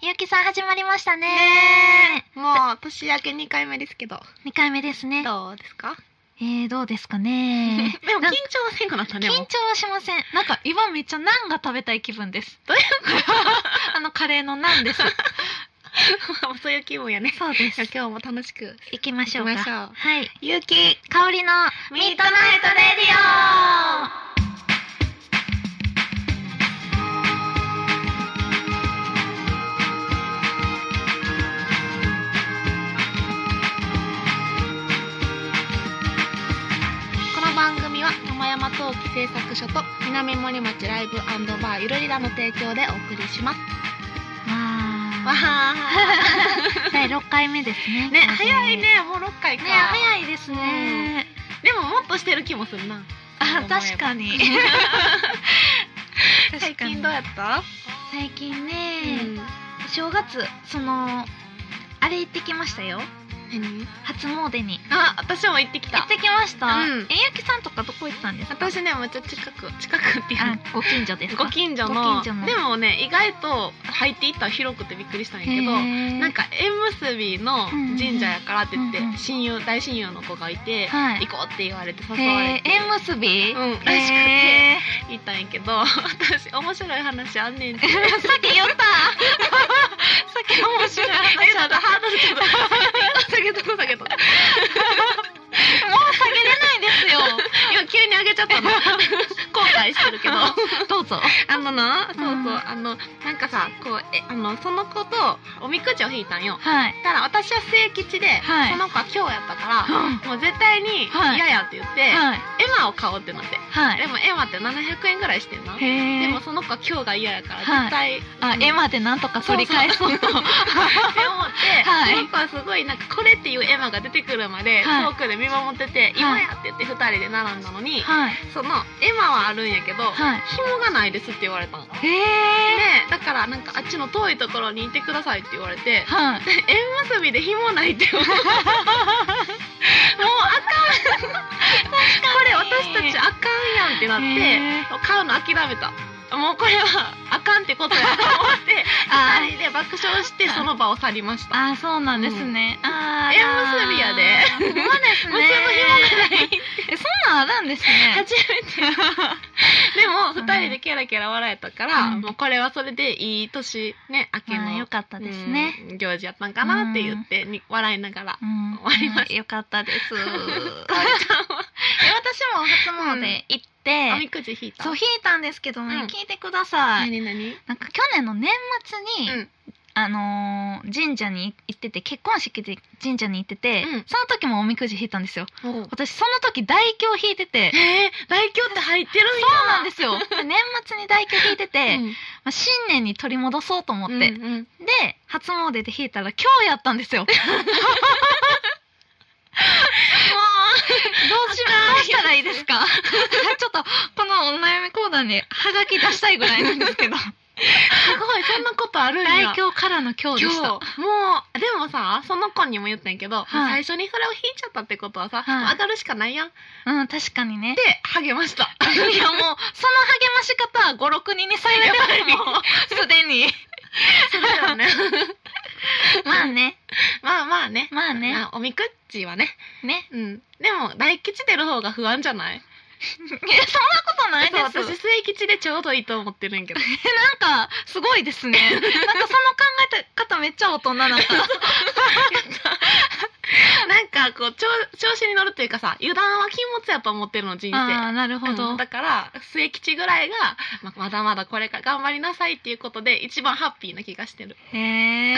ゆきさん始まりましたねもう年明け2回目ですけど二2回目ですねどうですかえー、どうですか でも緊ね張はせんくなったね緊張 もうはしませんなんか今めっちゃナンが食べたい気分ですどういう あのカレーのナン ですことそういう気分やねそうですじゃあ今日も楽しく行きましょう行きましかょうはいゆうき香りのミッドナイトレディこの番組は山山陶器製作所と南森町ライブバーゆるりらの提供でお送りしますわわーー第6回目ですねねこれ早いね もう6回かね早いですね、でももっとしてる気もするなあ確か に最近どうやった最近ね、うんお正月そのあれ行ってきましたよ何初詣にあ私も行ってき行たってきました、うんえゆきさんとかどこ行ったんですか私ねめっちゃ近く近くっていうあの ご近所ですかご近所のご近所のでもね意外と入っていったら広くてびっくりしたんやけどなんかか縁結びの神社やからって言ってうんうんうん親友大親友の子がいてはい行こうって言われてへ誘われえて縁結び、うんらしくてへ行ったんやけど私面白い話あんねんってえさっき言った さっき 面白い話あったハードルちょっと下げとこう下げとこうもう下げれないですよ今急に上げち ゃったの後悔してるけどどうぞあのなそうそう、うんあのなんかさこうえあのその子とおみくじを引いたんよはい、だから私は末吉で、はいその子は今日やった からはもう絶対にはい嫌やって言って、いはいエマを買おうってなってでもエマって700円ぐらいしてんなへえでもその子は今日が嫌やからはい絶対、あ絵までなんとか取り返そうとそうそうって思っ て、はいその子はすごいなんかこれっていうエマが出てくるまではい遠くで見守ってて、今やって言って2人で並んだのに、はいそのエマはあるんやけど、はい紐がないですって言われたの。へえね、だからなんかあっちの遠いところにいてくださいって言わ れてはいで縁結びで紐ないって思うもうあかんこれ私たちあかんやんってなってへーもう買うの諦めたもうこれはあかんってことやと思って あー二人で爆笑してその場を去りましたあーそうなんですね、ああ縁結びやでほんま ですね結ぶ紐がないえそんなんあるんですね初め てでも二人でキャラキャラ笑えたから、うんもうこれはそれでいい年ね明けまあのよかったですね、うん行事やったんかなって言ってに笑いながらうん終わりましたよかったです えかおりちゃんは私も初詣行って、おみくじ引いたそう引いたんですけどね、うん聞いてください何何なんか去年の年末に、うんあのー神社に行ってて結婚式で神社に行ってて、うんその時もおみくじ引いたんですよお私その時大凶引いててえー、大凶って入ってるんやそうなんですよで年末に大凶引いてて、うんまあ、新年に取り戻そうと思って、うんうんで初詣で引いたら今日やったん ですよもうどうしどうしたらいいですか ちょっとこのお悩みコーナーにハガキ出したいぐらいなんですけ どすごいそんなことあるんや大凶からの今日で今日しもたうでもさその子にも言ったんやけはど、い最初にそれを引いちゃったってことはさ、はい上がるしかないやんでうん確かにね励ました いやもうその励まし方は56人にされて るもうすでにそうだよね まあね まあまあねまあねおみくじはねねうんでも大吉出る方が不安じゃないえそんなことないでそうす私末吉でちょうどいいと思ってるんやけどなんかすごいですね。なんかその考え方めっちゃ大人なんか。 なんかこう調調子に乗るというかさ油断は禁物やと思ってるの人 生あーなるほど。うんあだから末吉ぐらいがままだまだこれから頑張りなさいっていうことで一番ハッピーな気がしてるへえ。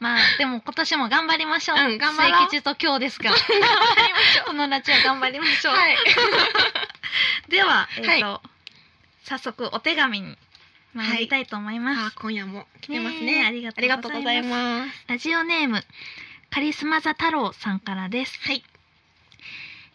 まあでも今年も頑張りましょう。うん頑張ろう末吉と今日ですから。このラジオ頑張りましょう。はい ではえっ、と、早速お手紙に参りたいと思います。あー今夜も来てますねねえありがとうございますありがますラジオネームカリスマザ太郎さんからです。はい。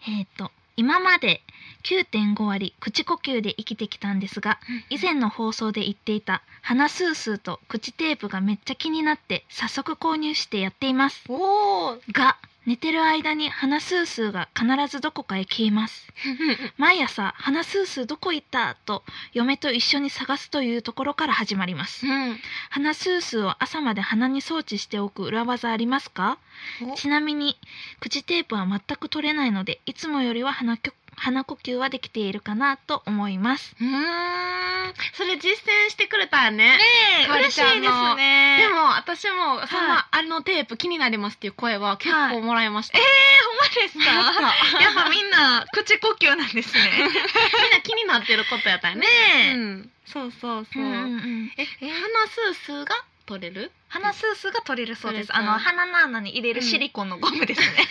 えっ、と今まで9.5割口呼吸で生きてきたんですが、以前の放送で言っていた鼻スースーと口テープがめっちゃ気になって早速購入してやっていますおおが寝てる間に鼻スースーが必ずどこかへ消えます毎朝鼻スースーどこ行ったと嫁と一緒に探すというところから始まります うん鼻スースーを朝まで鼻に装置しておく裏技ありますかおちなみに口テープは全く取れないのでいつもよりは鼻きょ鼻呼吸はできているかなと思いますうーんそれ実践してくれたよねねかおりちゃんのねででもも私もそんな、はあのテープ気になりますっていう声は結はい構もらいました、えー、ほんまですか やっぱみんな口呼吸なんですねみんな気になってることやったよね ねえ、うん、そうそうそう、うんうんうんえ鼻スースーが取れる鼻スースが取れるそうです。取あれそうの鼻の穴に入れるシリコンのゴムですね。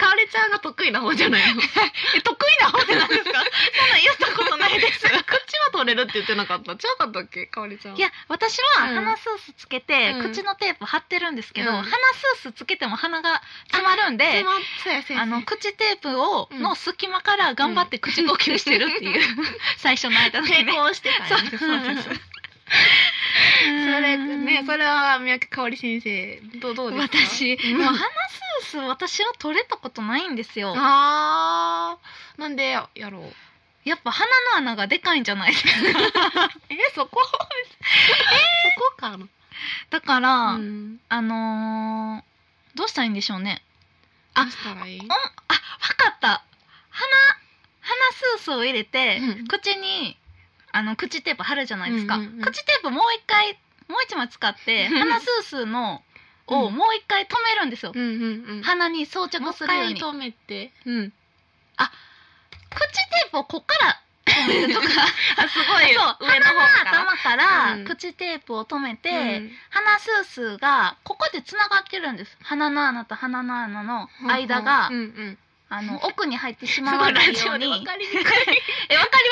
かおりちゃんが得意な方じゃない の え得意な方ってなんですか？そんなん言ったことないです。口は取れるって言ってなかった違かったっけかおりちゃ んいや私うはん鼻スースつけて、うん口のテープ貼ってるんですけど、うん鼻スースつけても鼻が詰まるんででもそうやそうやあの口テープを、うんの隙間から頑張って口呼吸してるっていう、 最初の間の成ね功してたんですそう ですそうですそれねそれれは三宅かおり先生どうどうですか私、でうんも鼻スース私は取れたことないんですよあーなんでやろうやっぱ鼻の穴がでかいんじゃない ですかえそこそこかなだから、うんあのー、どうしたらいいんでしょうね。どうしたらいいおんあ、わかった。鼻、鼻スースを入れて、うん口に、あの、口テープ貼るじゃないですか。うんうんうん口テープもう一回、もう一枚使って、うん鼻スースの、うをんもう一回止めるんですよ。うんうんうん鼻に装着もうす一るよう回に。口止めてうんテープをこっから、止めるとか あすごいそう上の方鼻の頭かうらん口テープを止めて、うん鼻スースーがここでつながってるんです鼻の穴と鼻の穴の間がうんうんあの奥に入ってしすまごわいない ラよジうオに。え、でわわかかりにくいりま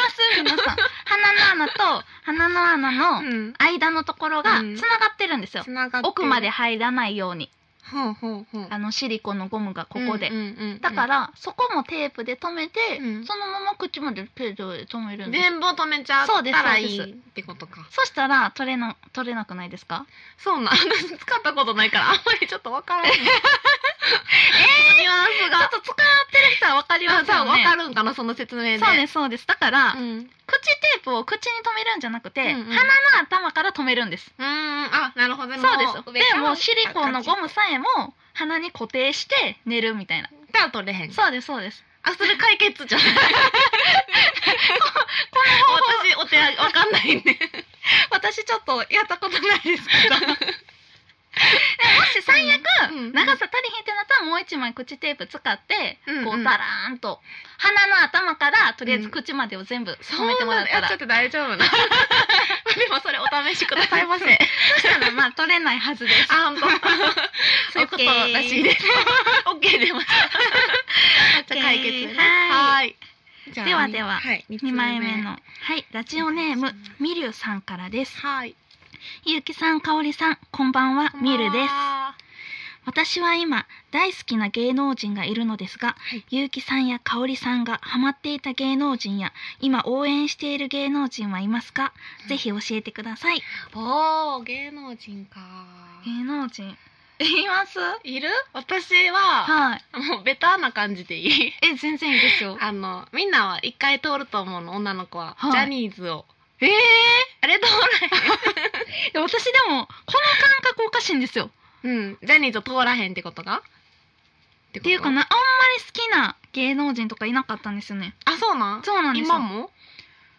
す皆さん。鼻の穴と鼻の穴のうん間のところがつうんながってるんですよ。繋がってる奥まで入らないようにほうほうほうあのシリコンのゴムがここで。うんうんうんうんだからそこもテープで止めて、うんそのまま口までテープで止めるんです。全部止めちゃったらいそうですそういでってことかそしたら取れな取れなくないですか？そうなん私使ったことないからあんまりちょっとわからないえー、ニュアンスちょがっと使ってる人はわかりますさよわね。かるんかなその説明でそうですそうです。だから、うんうん口テープを口に止めるんじゃなくて、うんうん鼻の頭から止めるんです。あなるほどねそうです。上かでらもうシリコンのゴムさえも鼻に固定して寝るみたいな。じゃあ取れへんそうですそうです。あそれ解決 じゃないこの 私お手上げわかんないね私ちょっとやったことないですけど。 でももし最悪、うんうん長さ足りひんってなったらもう一枚口テープ使って、うんうんこうダラーンと鼻の頭からとりあえず口までを全部そ止うめてもらなっのたやっら、ちゃって大丈夫なでもそれお試しください ませそしたらまあ取れないはずです。あ本当 そういうことらしいですオッケー出ましたじゃあ解決ねはーいじゃあではでははい、二 2枚目のはいラジオネームみりゅうさんからです。はいゆうきさんかおりさんこんばんはみるです。私は今大好きな芸能人がいるのですが、はいゆうきさんやかおりさんがハマっていた芸能人や今応援している芸能人はいますか、うんぜひ教えてくださいおお芸能人か芸能人いますいる私ははいもうベタな感じでいいえ全然いいですよあのみんなは一回通ると思うの女の子は、はいジャニーズをえー、あれ通いや私でもこの感覚おかしいんですよらへんうんジャニーズを通らへんってことがってっていうかなあんまり好きな芸能人とかいなかったんですよねあそうなんそうなんですよ今も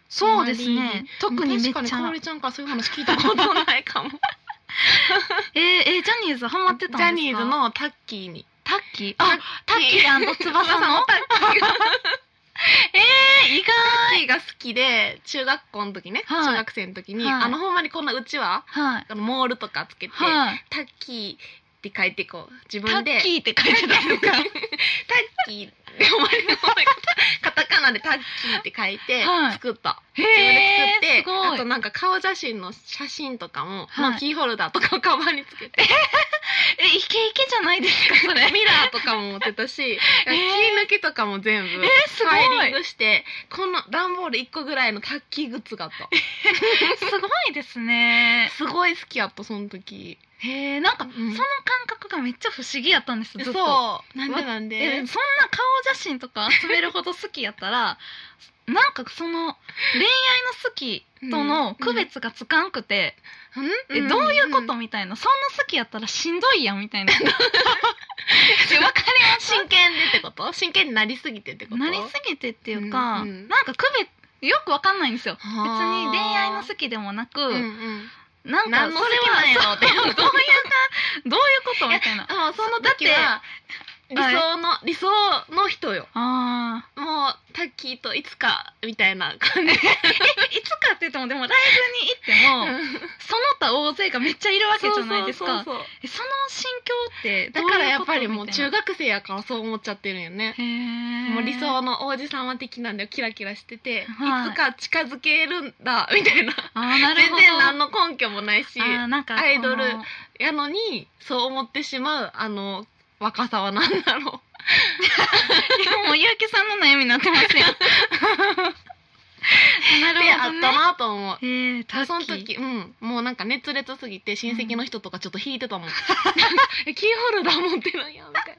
そうですあんまねり特にめっちゃ確かにかおりちゃんからそういう話聞いたことない かもえー、えージャニーズハマってたんですかジャニーズのタッキーにタッキーあタッキー翼のタッキーが えー、意外タッキーが好きで中学校の時ね、はい中学生の時に、はいあのほんまにこんなうちわはいあのモールとかつけて、はいタッキーって書いてこう自タ分でッキーって書いてたのタかッ。キー ってお前のカタカナでタッキーって書いてはい作った、へ自分で作って、すごあとい。なんか顔写真の写真とかはも、いまあキーホルダーとかをカバンにつけてえ、イケイケじゃないですか、それ。ミラーとかも持って たし、ー切り抜きとかも全部フえ、すごァイリンい。グしてこの段ボール1個ぐらいのタッキーグッズがあったすごいですね。すごい好きやったその時へえなんか、うんその感覚がめっちゃ不思議やったんですずっとそうなんでなんえそんでな顔写真とか集めるほど好きやった らなんかその恋愛の好きとの区別がつかんくて、うんえどういうこうとんみたいなそんな好きやったらしんどいやんみ たいなえわかりまし真剣でってこと真剣になりすぎてってこたとなりすぎてっていうか、うんうんなんか区別よくわかんないんですよ別にはあ恋愛の好きでもなく、うんうんなんかそれは何の好きなんやろってそうどういうかどういうこと みたいなあその時は理だって想の、理想の人よあーもうタッキーといつかみたいな感じえいつかって言ってもでもライブに 行っても、その他大勢がめっちゃいるわけじゃないですかそうそうそうえその心境ってそうだからやっぱりもう中学学生やからそう思っちゃってるんよねもう理想の王子様的なんだよキラキラしてて、はいい、つか近づけるんだみたいなあーなる全ほど然何の根拠もないしあーなんかアイドルそのやのにそう思ってしまうあの若さは何だろもうゆうきさんの悩みになってます よなう、であるほどったねなと思うえー、タッキーその時、うん、もうなんか熱烈すぎて親戚の人とかちょっと引い てたもん、えキーホルダー持ってないやんみたいな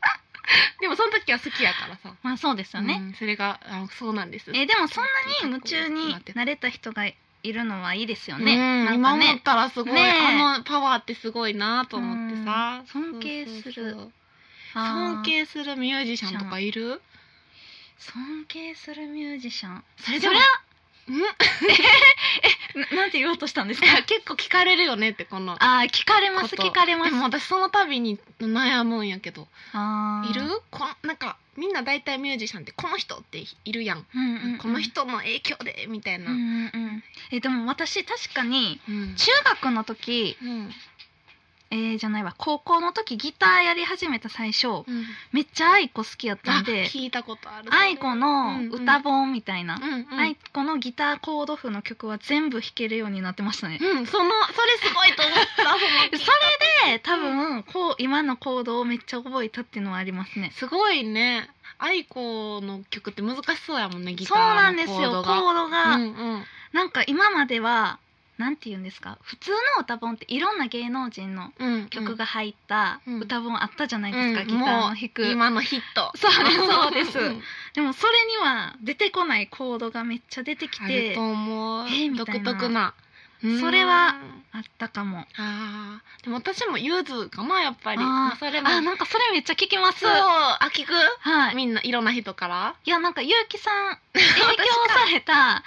でもその時は好きやからさ、まあそうですよね、うんそれがあそうなんですえーでもそんなに夢中になれた人がいるのはいいですよね、うんな今ん思かっねたらすごい、ねえあのパワーってすごいなと思ってさ、うん尊敬するそうそうそうあー尊敬するミュージシャンとかいる尊敬するミュージシャンそれでれでももななんて言おうとしたんですか 結構聞かれるよねってこの あー聞かれますこと聞かれますでも私その度に悩むんやけどあーいるこんなんかみんな大体ミュージシャンってこの人っているやんうんうんうんこの人の影響でみたいな。うんうんうんえでも私確かにうん中学の時、うんえーじゃないわ高校の時ギターやり始めた最初うんめっちゃ愛子好きやったあんで聞いたことある。愛子の歌本みたいなうんうん愛子のギターコード譜の曲は全部弾けるようになってましたね。うんそのそれすごいと思った。そそのれで多分こう今のコードをめっちゃ覚えたっていうのはありますね。すごいね。愛子の曲って難しそうやもんねギタそうなんーでのすコよードコが。ードが、うんうんなんか今まではなんて言うんですか普通の歌本っていろんな芸能人のうんうん曲が入ったうん歌本あったじゃないですか、うんギターの弾く、今のヒット。そうですそうですんでもそれには出てこないコードがめっちゃ出てきあるてと思うえー。みたい独な特な。うんそれは。あったかもあーでも私もユーズかなやっぱり。あーまあそれも。あなんかそれめっちゃ聞きますそうあ聞く。はいみんないろんな人から。いやなんか結城さん影響されたな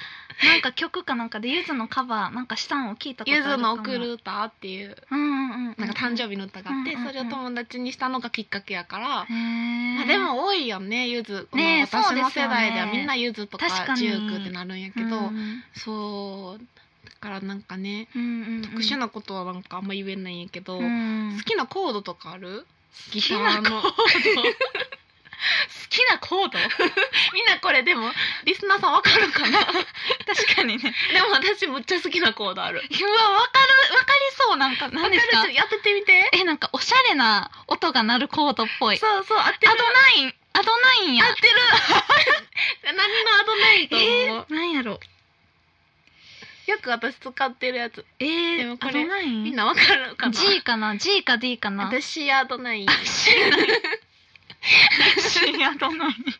んか曲かなんかでゆずのカバーなんかしたんを聞いたことあゆるかずもの送る歌っていううんうんうんなんか誕生日の歌があってうんうんうんそれを友達にしたのがきっかけやかへらーまあでも多いよねゆずこのねえ私のそうです世よね代ではみんなゆずとか確かにジュークってなるんやけどうんそうだからなんかねうんうんうん特殊なことはなんかあんま言えないんやけどう好んきなコードとかある好きなコード好 好き なコードみんなこれでもリスナーさんわかるかなでも確かにね 私むっちゃ好きなコードあ るうわわかるわかりそうなんか何ですわかるちょっとやっててみてえなんかおしゃれな音が鳴るコードっぽいアドそうそう合ってるナインアドナインや合ってる 何のアドナインと思う、えー、なんやろよく私使ってるやつえでー、もアこドれナインみんなわかるかな G かな G か D かな私アドナイン C アドナインアドナインもっちゃ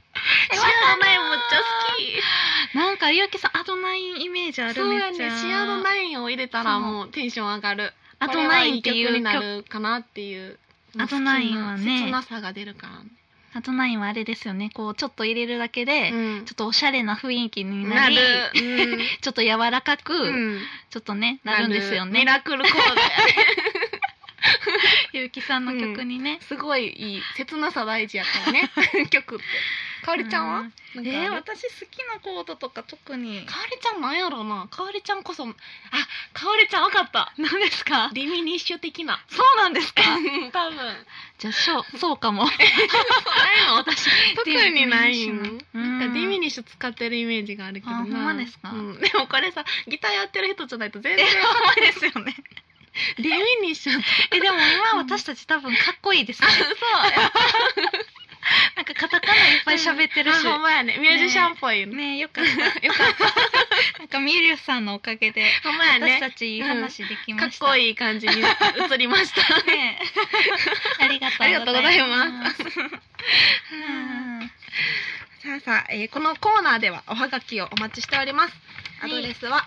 好きなんかゆうきさんアドナインイメージあるそうめやっねちゃ C アドナインを入れたらもうテンション上がるアドナインってこれはいいい曲う曲になるかなっていうアドナインはね好きなさが出るからねアドナインはあれですよねこうちょっと入れるだけで、うんちょっとおしゃれな雰囲気にななりるうんちょっと柔らか く、うんちょっとねなるんですよミねラクルコードやねゆうきさんの曲にね、すごいいい切なさ大事やから ね曲ってかおりちゃんはうなんんかあえるー、私好きなコードとか特にかおりちゃんなんやろなかおりちゃんこそあかおりちゃんわかった何ですかディミニッシュ的なそうなんですか 多分じゃあそうそうかも私特にないんなんかうんディミニッシュ使ってるイメージがあるけどあなほんまですかうん でもこれさギターやってる人じゃないと全え然ほんまですよね ディミニッシュってえでも今私たち多分かっこいいですねそうなんかカタカナいっぱい喋ってるしあ ほんまやねミュージシャンっぽいよねねえよかった よかったなんかミリュさんのおかげでほんまや私ねたちいい話できかっました、こいい感じに映りました ねえありがとうす うんさあさあ、えーこのコーナーではおはがきをお待ちしております。アドレスは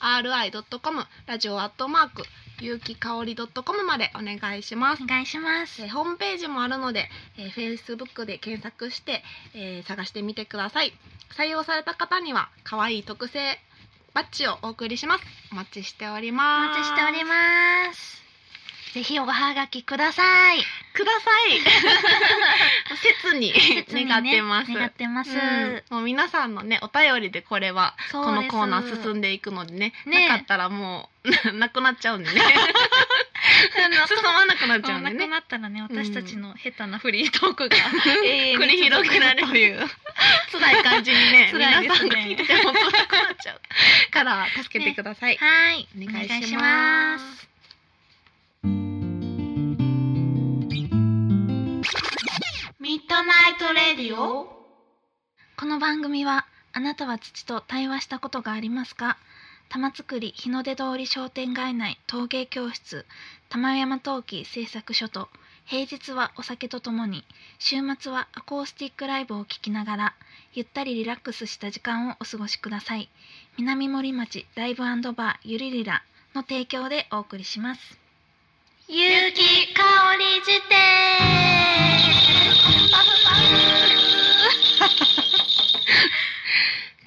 radio.yu-kikaori.com ラジオ .com 有機香り .com までお願いします。お願いしますえーホームページもあるので、えー、Facebook で検索して、えー探してみてください。採用された方には可愛い特製バッジをお送りします。お待ちしておりおます。待ちしておりますぜひおはがきくださいくださ い。切に切にね願ってます。願ってます、うんもう皆さんのねお便りでこれはこのコーナー進 でんでいくのでねねなかったらもう なくなっちゃうん でね進進まなくなっちゃうんなでくねなったらね私たちの下手なフリートーク が 繰り広げられるという辛い感じにね辛いで皆さすんがね聞いてても辛くなっちゃうから助けてください、はいおお願願いいししまますすミッドナイトレディオこの番組はあなたは土と対話したことがありますか玉造り日の出通り商店街内陶芸教室玉山陶器製作所と平日はお酒とともに週末はアコースティックライブを聴きながらゆったりリラックスした時間をお過ごしください南森町ライブバーゆりりらの提供でお送りしますゆうきかおり辞典パフパフ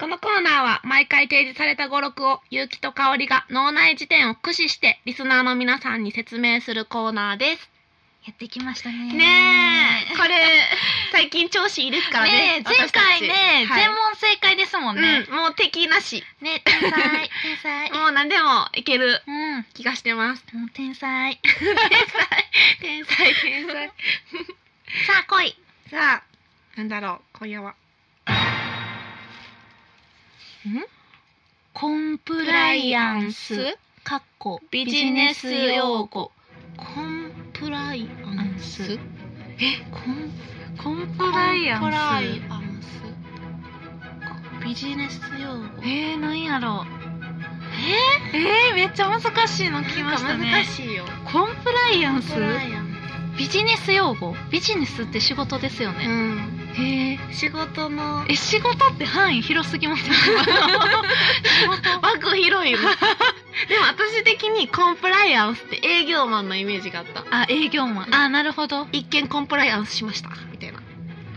このコーナーは毎回提示された語録をゆうきとかおりが脳内辞典を駆使してリスナーの皆さんに説明するコーナーですやってきましたねねえ、これ、 最近調子いいですからね。ねえ前回ね、私たち全問正解ですもんね、はいうん、もう敵なし。ね天 才天才もう何でもいけるうんも気がしてます。う天才天才、天才。さあ来い さあ、なんだろう、今夜は。んコンププライアンスかっこビジネス用語コンプライアンスえコンコンコプライアンスンプライアンスビジネス用語。えー、なんやろうええー、めっちゃ難しいの来ましたなんねか難しいよ。コンプライアンスコンプライアンスビジネス用語ビジネスって仕事ですよね、ん。へえ仕事のえ仕事って範囲広すぎますね仕事 枠広いよでも私的にコンプライアンスって営業マンのイメージがあった あ営業マンあなるほど一見コンプライアンスしましたみたいな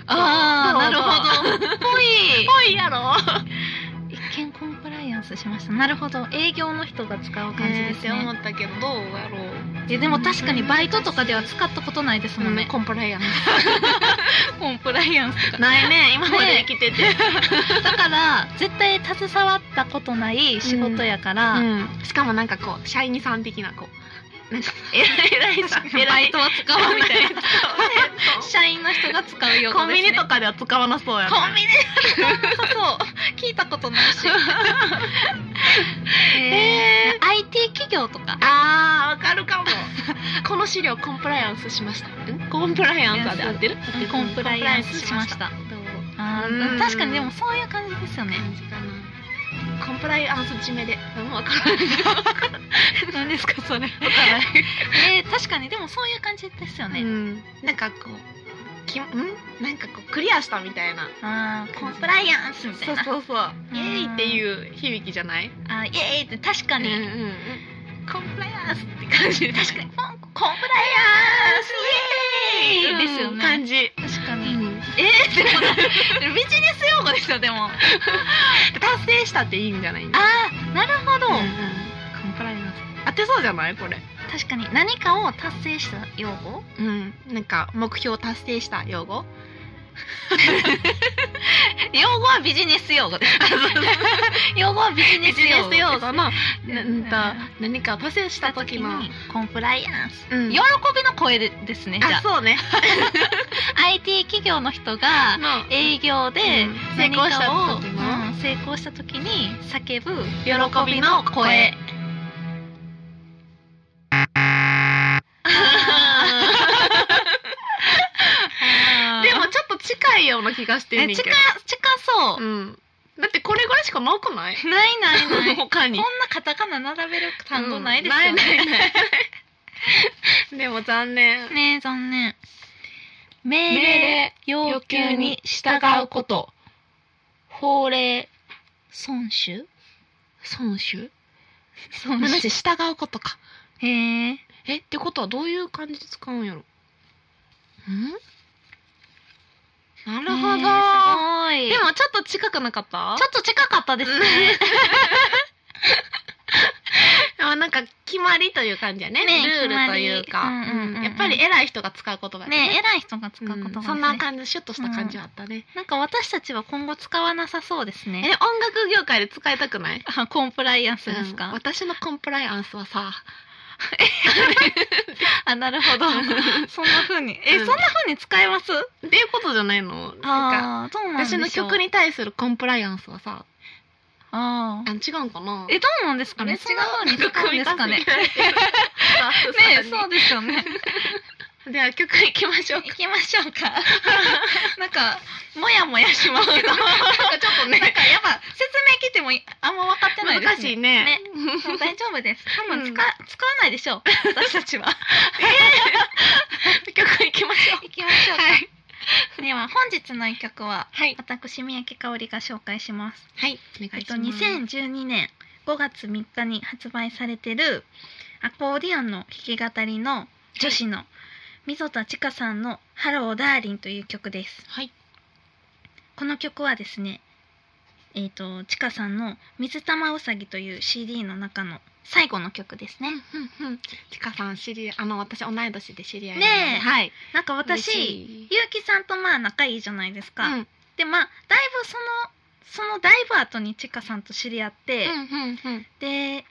あーななるるほほどどぽいぽいやろ一見コンプライアンスしましたなるほど営業の人が使う感感じじでですすね、思ね、ったけどどうやろうえでも確かにバイトとかでは使ったことないですもんね、コンプライアンコンプライアンススない ね今まで生きてて、だから絶対携わったことない仕事やから、うんしかもなんかこうシャイニさん的なこうなんか偉いさん偉 バイいトは使わんみたいなな 社員の人が使うよコンビニとかでは使わなそうやなコンビニ そうそう聞いたことないし えー IT 企業とかあーわかるかも この資料コンプライアンスしましたんコンプライアンスで合ってるうんコンプライアンスしましたどうあうんー確かにでもそういう感じですよね感じかなコンプライアンス締めで何もわからない何ですかそれわからないえー、確かにでもそういう感じですよね、なんかこうきんなんかこうクリアしたみたいなあーコンプライアンスみたいそうなそうそううんイエーイっていう響きじゃないあーイエーイって確かに、コンプライアンスって感じ確かにコンコンプライアンスイエーイ、ですようんね感じ確かうに、んえー、でもビジネス用語ですよでもあ達成したっていいんじゃないあーなるほど、コンプライアンス当てそうじゃないこれ確かに何かを達成した用語うんなんか目標達成した用語用語はビジネス 用語です用語はビジネビスジネ用語ス用語のうんなんと何かを達成した時のコンプライアンス、うん喜びの声でですねじゃああそうね IT 企業の人がの 営業でうん何かを、成功した時のうん成功した時に叫ぶ喜びの声近いような気がしてえんねん近けど近そうう、んだってこれぐらいしかなくないないないない こん他になカタカナ並べる単語ないですうよんね、ないないない でも残念ねえ残念命命令令要求に従うこと法令損守損守損まあなし従うことか へええってことはどういう感じで使うんやろんなるほど、ねえすごいでもちょっと近くなかったちょっと近かったですねでもなんか決まりという感じやねねルールというか、決まりうんうんうんやっぱり偉い人が使う言 葉だねねえ偉い人が使う言葉ですね、うんそんな感じシュッとした感じはあったね、なんか私たちは今後使わなさそうですえね音楽業界で使いたくないあコンプライアンスですうんか、私のコンプライアンスはさあなるほど そんな風にえ、うんそんな風に使えますっていうことじゃないのなんかああーどうなんでし私ょうの曲に対するコンプライアンスはさああー違うんかなえどうなんですかね違うそんな風に使うんですかねねね えそうですよねでは曲いきましょうか 行きましょうか なんかもやもやしますけどなんかちょっとねやっぱ説明聞いてもいあんま分かってないですね難しいねねもう大丈夫です多分使,、うん使わないでしょう私たち は 曲いきましょう行きましょうか、はいでは本日の一曲ははい私三宅香織が紹介しますはいおえ願いっしと、ます2012年5月3日に発売されてるアコーディオンの弾き語りの女子の溝田千佳さんの「ハローダーリン」という曲ですはいこの曲はですねえっ、と千佳さんの「水玉うさぎ」という CD の中の最後の曲ですねうんうんちかさん知り合いあの私同い年で知り合いねえなのではいなんか嬉私しいゆうきさんとまあ仲いいじゃないですか、うんでまあだいぶそのそのだいぶ後に千佳さんと知り合って、うんうんうんで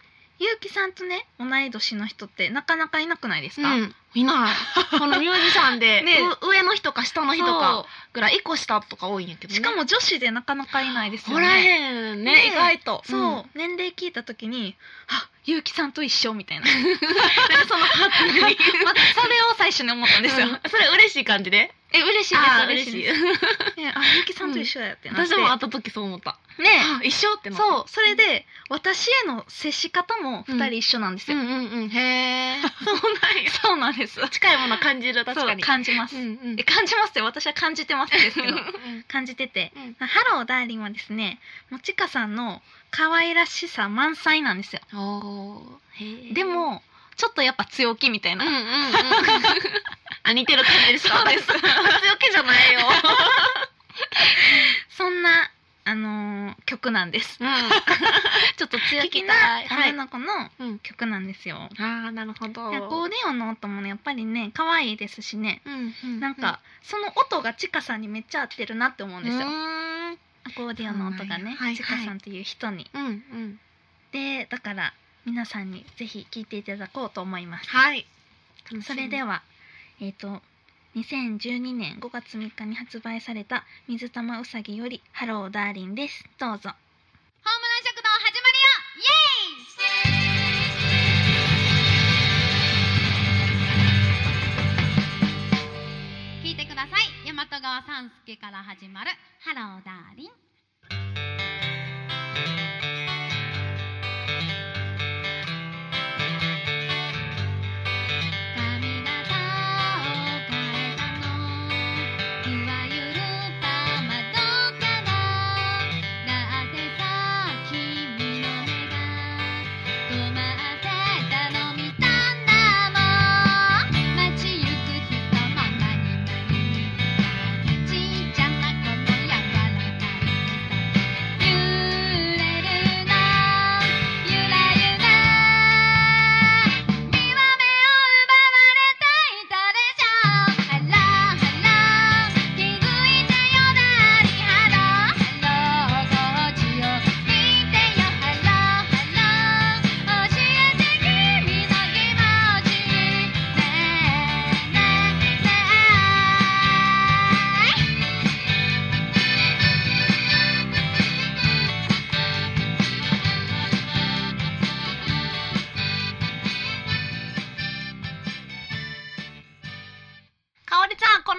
ゆうきさんとね同い年の人ってなかなかいなくないですか、うんいないこのミュージシャン でねえう上の人か下の人そかうぐらい一個下とか多いんやけどねしかも女子でなかなかいないですよおらね。へんねねえ意外とそう、ん年齢聞いた時に「あゆうきさんと一緒」みた いななんか そのハッピーにまたそれを最初に思ったんですよ。うんそれ嬉しい感じでえ嬉しいですあー嬉しいです。ねあゆうきさんと一緒だよってなって、 私も会った時そう思ったねあ一緒ってなったそうそれで私への接し方も2人一緒なんですうよ。んうんうんへえそうなんや そうなんです。 近いもの感じる確そかうに感じます、うんうんえ感じますって私は感じてますです けど感じててうん「ハローダーリン」はですねもちかさんの可愛らしさ満載なんですよ。おーへえでもちょっとやっぱ強気みたいうんな うんうん あ似てる感じですかそう です強気じゃないよそんな、あのー曲なんです。ちょっと強気な聞きたい女の子のうん曲なんですよ。ああなるほどでアコーディオンの音もねやっぱりね可愛いですしねうんうなんか、その音がちかさんにめっちゃ合ってるなって思うんですよ、アんコーディオンの音がねはいはいちかさんという人に。うんうんでだから皆さんにぜひ聴いていただこうと思います。はいそれではえっ、と2012年5月3日に発売された「水玉うさぎ」より「ハローダーリン」です。どうぞ。ホームラン食堂始まるよイエーイ聞いてください大和川三助から始まるハローダーリン髪型を変えたのいわゆるたまどからだってさ君の目が止まってたの見たんだもん街行く人も何々ちっちゃなこの柔らかい草揺れる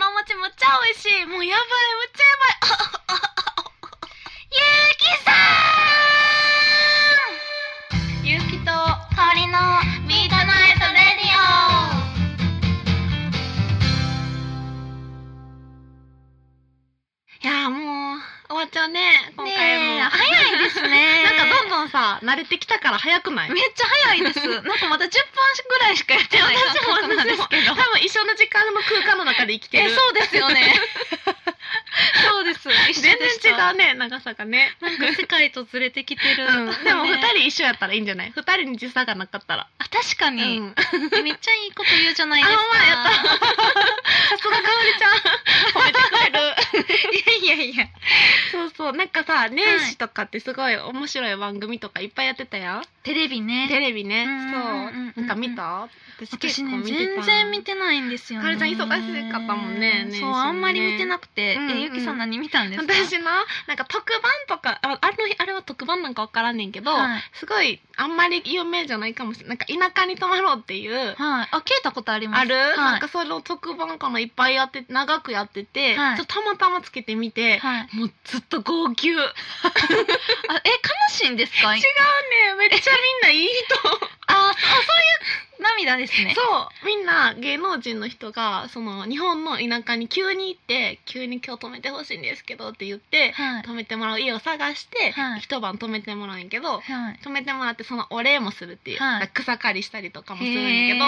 もうやばい、めっちゃやばい。ゆうきと氷のミートナイトレディオいやーもう終わっちゃうね今ね回もえ早いです ねなんかどんどんさ慣れてきたから早くないめっちゃ早いです。 なんかまだ10分ぐらいしかやってない私も私も多分一緒の時間の空間の中で生きてえ、るそうですよ ね。そうです。一緒全でし然違たうね長さがねなんか世界と連れてきてる。うん、でもね二人一緒やったらいいんじゃない二人に時差がなかったら、あ確かうに、ん、えめっちゃいいこと言うじゃないですか。あほんまやったさすがかおりちゃん 褒めてくれるいやいやいや。そうそうなんかさ年始とかってすごい面白い番組とかいっぱいやってたやん、テレビね。テレビねうんそううんうんうんなんか見た私私ね結構見てた全然見てないんですよね。かおりちゃん忙しかったもんね年始そうねあんまり見てなくて、うんうんえゆきさん何見たんですか。私ななんか特番とかああの日あれは特番なんか分からんねんけど、はいすごいあんまり有名じゃないかもしれないなんか田舎に泊まろうっていうはい。あ聞いたことあります。ある、はいなんかその特番かないっぱいやって長くやってて、はいちょっとたまたまつけてみて、はい。もうずっと号泣違うねあえ悲しいんですか。あめっちゃみんないい人あそういう涙ですね。 そうみんな芸能人の人がその日本の田舎に急に行って急に今日泊めてほしいんですけどって言って、はい泊めてもらう家を探して、はい一晩泊めてもらうんやけはど、い。止めてもらってそのお礼もするっていう、はいだから草刈りしたりとかもするんやけ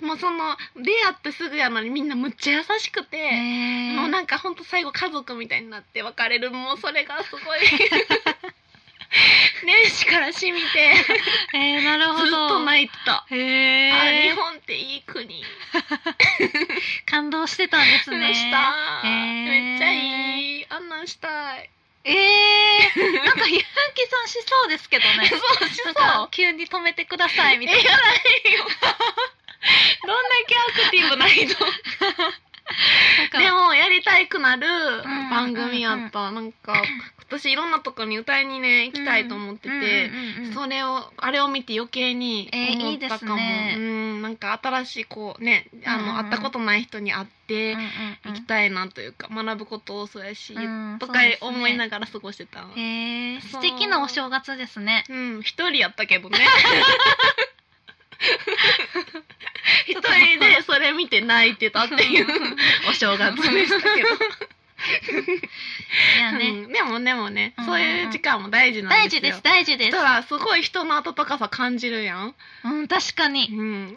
どもうその出会ってすぐやのにみんなむっちゃ優しくへて、ーもうなんかほんと最後家族みたいになって別れるもうそれが すごい 年始からしみてえー、なるほど。ずっと泣いてた。へあ日え。本っていい国感動してたんですね。した、へーめっちゃいいあんなんしたいええ ー、なんかゆうきさんしそうですけどねそ。うしそなうかん急に止めてくださいみたいな。えやないよどんだけアクティブな 人でもやりたいくなる番組やった、なんか今年いろんなとこに歌いにね行きたいと思ってて、それをあれを見て余計に思ったかも、えーいいですねうんなんか新しいこうねあの、うんうん会ったことない人に会って行きうたいなというか、学ぶことをそうやし、ん、とか思いなががら過ごしてた、ら、へえそ素う敵なお正月ですね。うん一人やったけ どね一人でそれ見て泣いてたって いう お正月でしたけいどやね、うんでもでもね、うんそういう時間も大事なん大ですよ事です大事ですだか。らすごい人の温かさ感じるやんうん確かうに。ん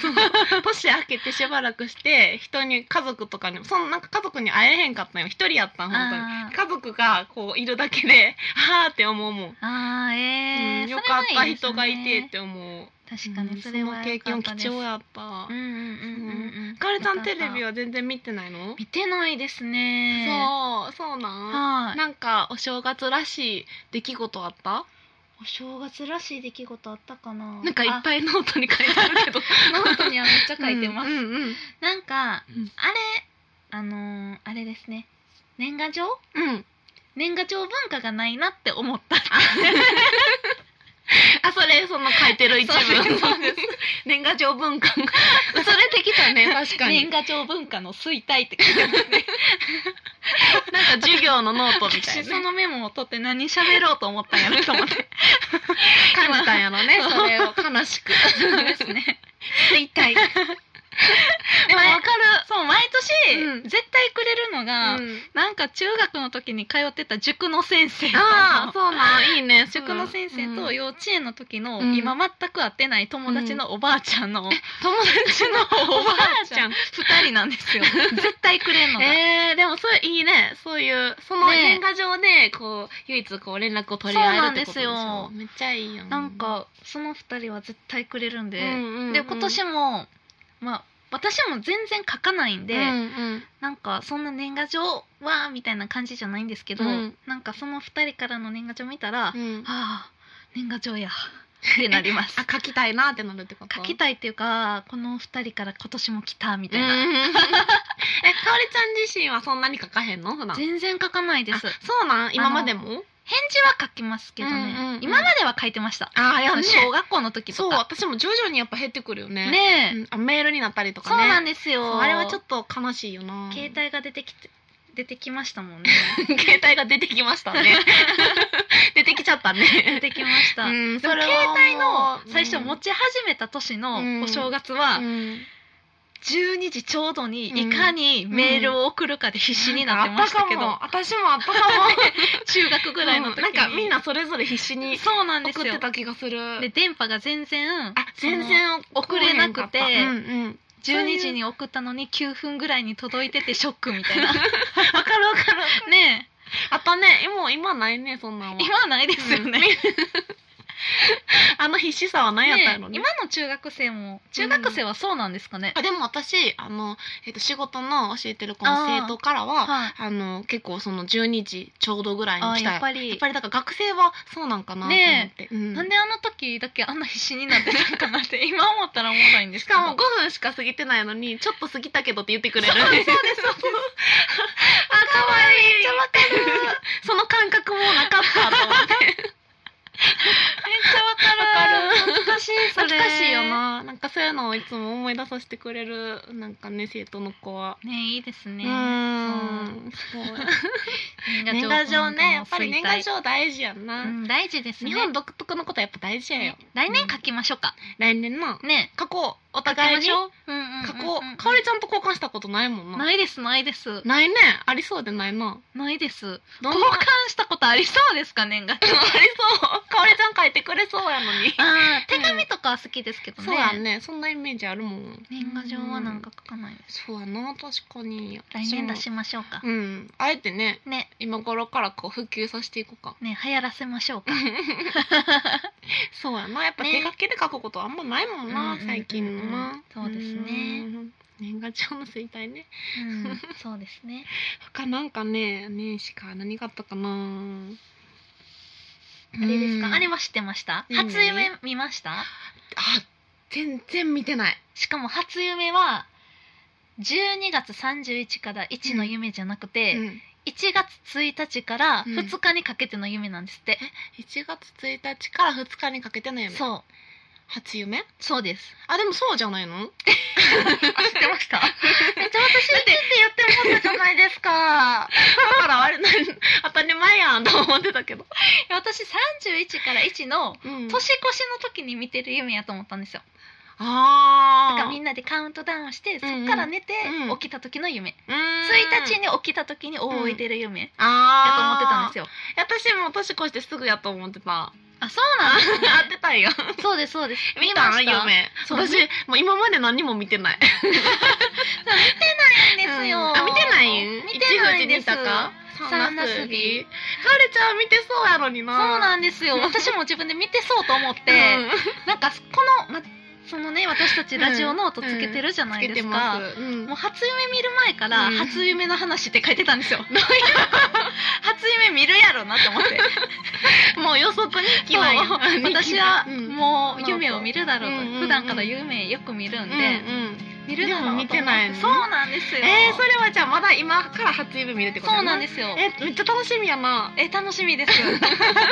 そう そう年明けてしばらくして人に家族とかにもそのなんか家族に会えへんかったんよ一人やったん本当あにー家族がこういるだけであーって思うもん、あーええうんよかった人がいてっって思う確かにそれうんはそ良の経か験ったです貴重やった、うんうんうんうんうん。かおりちゃんテレビはは全然見てないの見てないですね。そうそうなんはい。なんかお正月らしい出来事あったお正月らしい出来事あったかな。なんかいっぱいノートに書いてある けどあノートにはめっちゃ書いてます。うんうんなんか、うんあれあのーあれですね年賀状うん、うん年賀状文化がないなって思ったあそれその書いてる一部そうですそうで年賀状文化が それできた ね確か年に賀状文化の衰退って書いてますねなんか授業のノートみた私 いそなのメモを取って何喋ろうと思ったんやろと思って 感じたんやろねそうそれを悲しくそうですね衰退でも前わかるそう毎年、うん絶対くれるのが、うんなんか中学の時に通ってた塾の先生とああかそうなんいいね塾の先生うとん幼稚園の時の、うん今全く会ってない友達のおばあちゃんの、 友達 のおばあちゃん二人なん ですよ絶対くれんのが、えー、でもそれいいねそういうそのね年賀状でこう唯一こう連絡を取り合えるってことでしそうなょんですよめっちゃいいよなんかその二人は絶対くれるんで、でで今年もまあ私も全然書かないんで、うんうんなんかそんな年賀状はみたいな感じじゃないんですけど、うんなんかその二人からの年賀状見たら、あうんあ年賀状やってなりますあ書きたいなってなるってこと書きたいっていうかこの二人から今年も来たみたいな、うん えかおりちゃん自身はそんなに書かへんの普段全然書かないですあそうなん今までも返事は書きますけどね、うんうんうん今までは書いてました、ああやその小学校の時そとうか私も徐々にやっぱ減ってくるよねねえ、うんあメールになったりとそかうねなんですよそうあれはちょとっと悲しいよな携帯が出てきて出てきましたもんね 携帯が出てきました ね出てきちゃったね出てきました、うんでもそれは携帯のもう最初持ち始めた年うんのお正月はうん12時ちょうどにうんいかにメールを送るかで必死になってましたけど、なんかあったかも私もあ ったかも中学ぐらいの時に、うんなんかみんなそれぞれ必死にそうなんです送っよてた気がするで電波が全然あ全然送れなくて送れへんかったうんうん12時に送ったのに9分ぐらいに届いててショックみたいなわかるわかるねあったねもう今ないねそんなんえは今はないですよね,、うんあの必死さは何やったんやろねね今の中学生も中学生はそうなんですかね、あでも私あの、えっと仕事の教えてる子の生徒からははいあの結構その12時ちょうどぐらいにあ来たやっぱりやっぱりだから学生はそうなんかなと思ねって、うんなんであの時だけあんな必死になってたんかな って今思ったら思わないんですしけどかも5分しか過ぎてないのにちょっと過ぎたけどって言ってくれるそうですそう ですあかわいいめっちゃわかるその感覚もなかったと思ってめっちゃわかる懐かしいそれ懐かしいよ ななんかそういうのをいつも思い出させてくれるなんかね生徒の子は、ねいいですねうーんそう年賀状ねやっぱり年賀、状大事やんな、うん、大事ですね日本独特のことはやっぱ大事やよ、ね来年書きましょうか、来年のね過去お書き互いまにしょう過うんうんうんうん去かおりちゃんと交換したことないもんなないですないですないねありそうでないなないですどんな交換したことありそうですか年賀あ状りそうかおりちゃん書いてくれそうやのに あー手紙とかは好きですけどね,、そうやねそんなイメージあるもん年賀状はなんか書かないです、そうやな確かに来年出しましょうか、うんあえてねね今頃からこう普及させていこうかね流行らせましょうかそうやなやっぱね手書きで書くことあんまないもんな、うんうんうんうん最近のなそうですねうん年賀状の衰退ねうんそうですね他なんかね年始か何があったかなあれですか、うんあれは知ってました何初夢見ましたあ全然見てないしかも初夢は12月31から1の夢じゃなくて、うん1月1日からうん2日にかけての夢なんですって、 1月1日から2日にかけての夢そう初夢そうですあでもそうじゃないのだ知っってました めっちゃ私言って言って思ったじゃないですかからあれな当たり前やんと思ってたけど、いや私31から1のうん年越しの時に見てる夢やと思ったんですよあだあからみんなでカウントダウンしてそっから寝てうんうん起きた時の夢、 1 1日に起きた時に覚えてる夢やと思ってたんあですよ、あ私も年越してすぐやと思ってたあそうなんです、ね、合ってたんやそうですそうです 見たん見ました夢そう私もう今まで何も見てない見てないんですよ、うんあ見てない見てないんで一富士見すたか三なすびかおりちゃん見てそうやのになそうなんですよ私も自分で見てそうと思って、なんかこの、ま、そのね私たちラジオノートつけてるじゃうん、なついけでてすか、ます、うんもう初夢見る前からうん初夢の話って書いてたんです よ、初夢見るやろなって思ってもう予測日記なんや そう私はもう夢を見るだろうと、うんうんうん普段から夢よく見るんで、うんうん見るだろうと思ってでも見てないのそうなんですよ、えー、それはじゃあまだ今から初夢見るってことそうなんですすよえめっちゃ楽しみやなえ楽しみです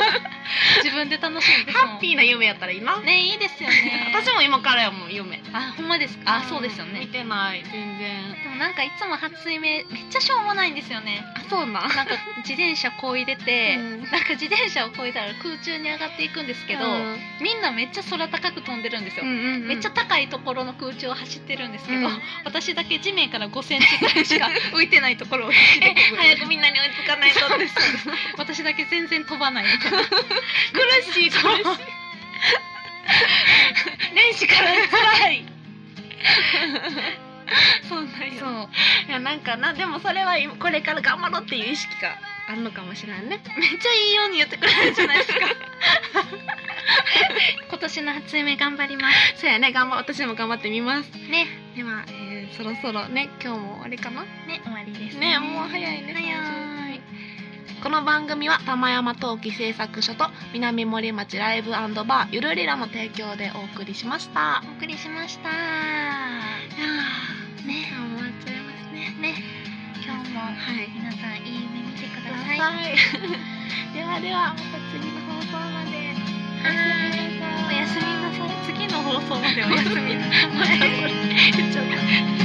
自分で楽しみですハッピーな夢やったらいいな、ーねいいですよね私も今からやもん夢あほんまですかあそうですよ見ねてない全然でもなんかいつも初夢めっちゃしょうもないんですよねあそうななんか自転車こいでて、なんか自転車をこいだら空中に上がっていくんですけけど、ど、うんみんなめっちゃ空高く飛んでるんですよ、うんうんめっちゃ高いところの空中を走ってるんですけど、うん私だけ地面から5センチぐらいしか浮いてないとこ ろを走ってえくる早くみんなに追いつかないとそう ですそうです私だけ全然飛ば ないみたいな苦しい苦しいそう年始から辛い そうなんそう いやなんかなでもそれは今これから頑張ろうっていう意識があるのかもしれんねめっちゃいいように言ってくれるじゃないです か今年の初夢頑張りますそうやね頑張私も頑張ってみますねでは、えーそろそろね今日も終わりかなね終わりですねもう早いね早いこの番組は玉山陶器製作所と南森町ライブバーゆるりらの提供でお送りしましたお送りしましたいやーね今日も終わっちゃいますねね今日もはい皆さんいい夢見てくくだだささい いではではまた次の放送まではいおやすみなさい次の放送までおやすみなさいまたそれ言っちゃった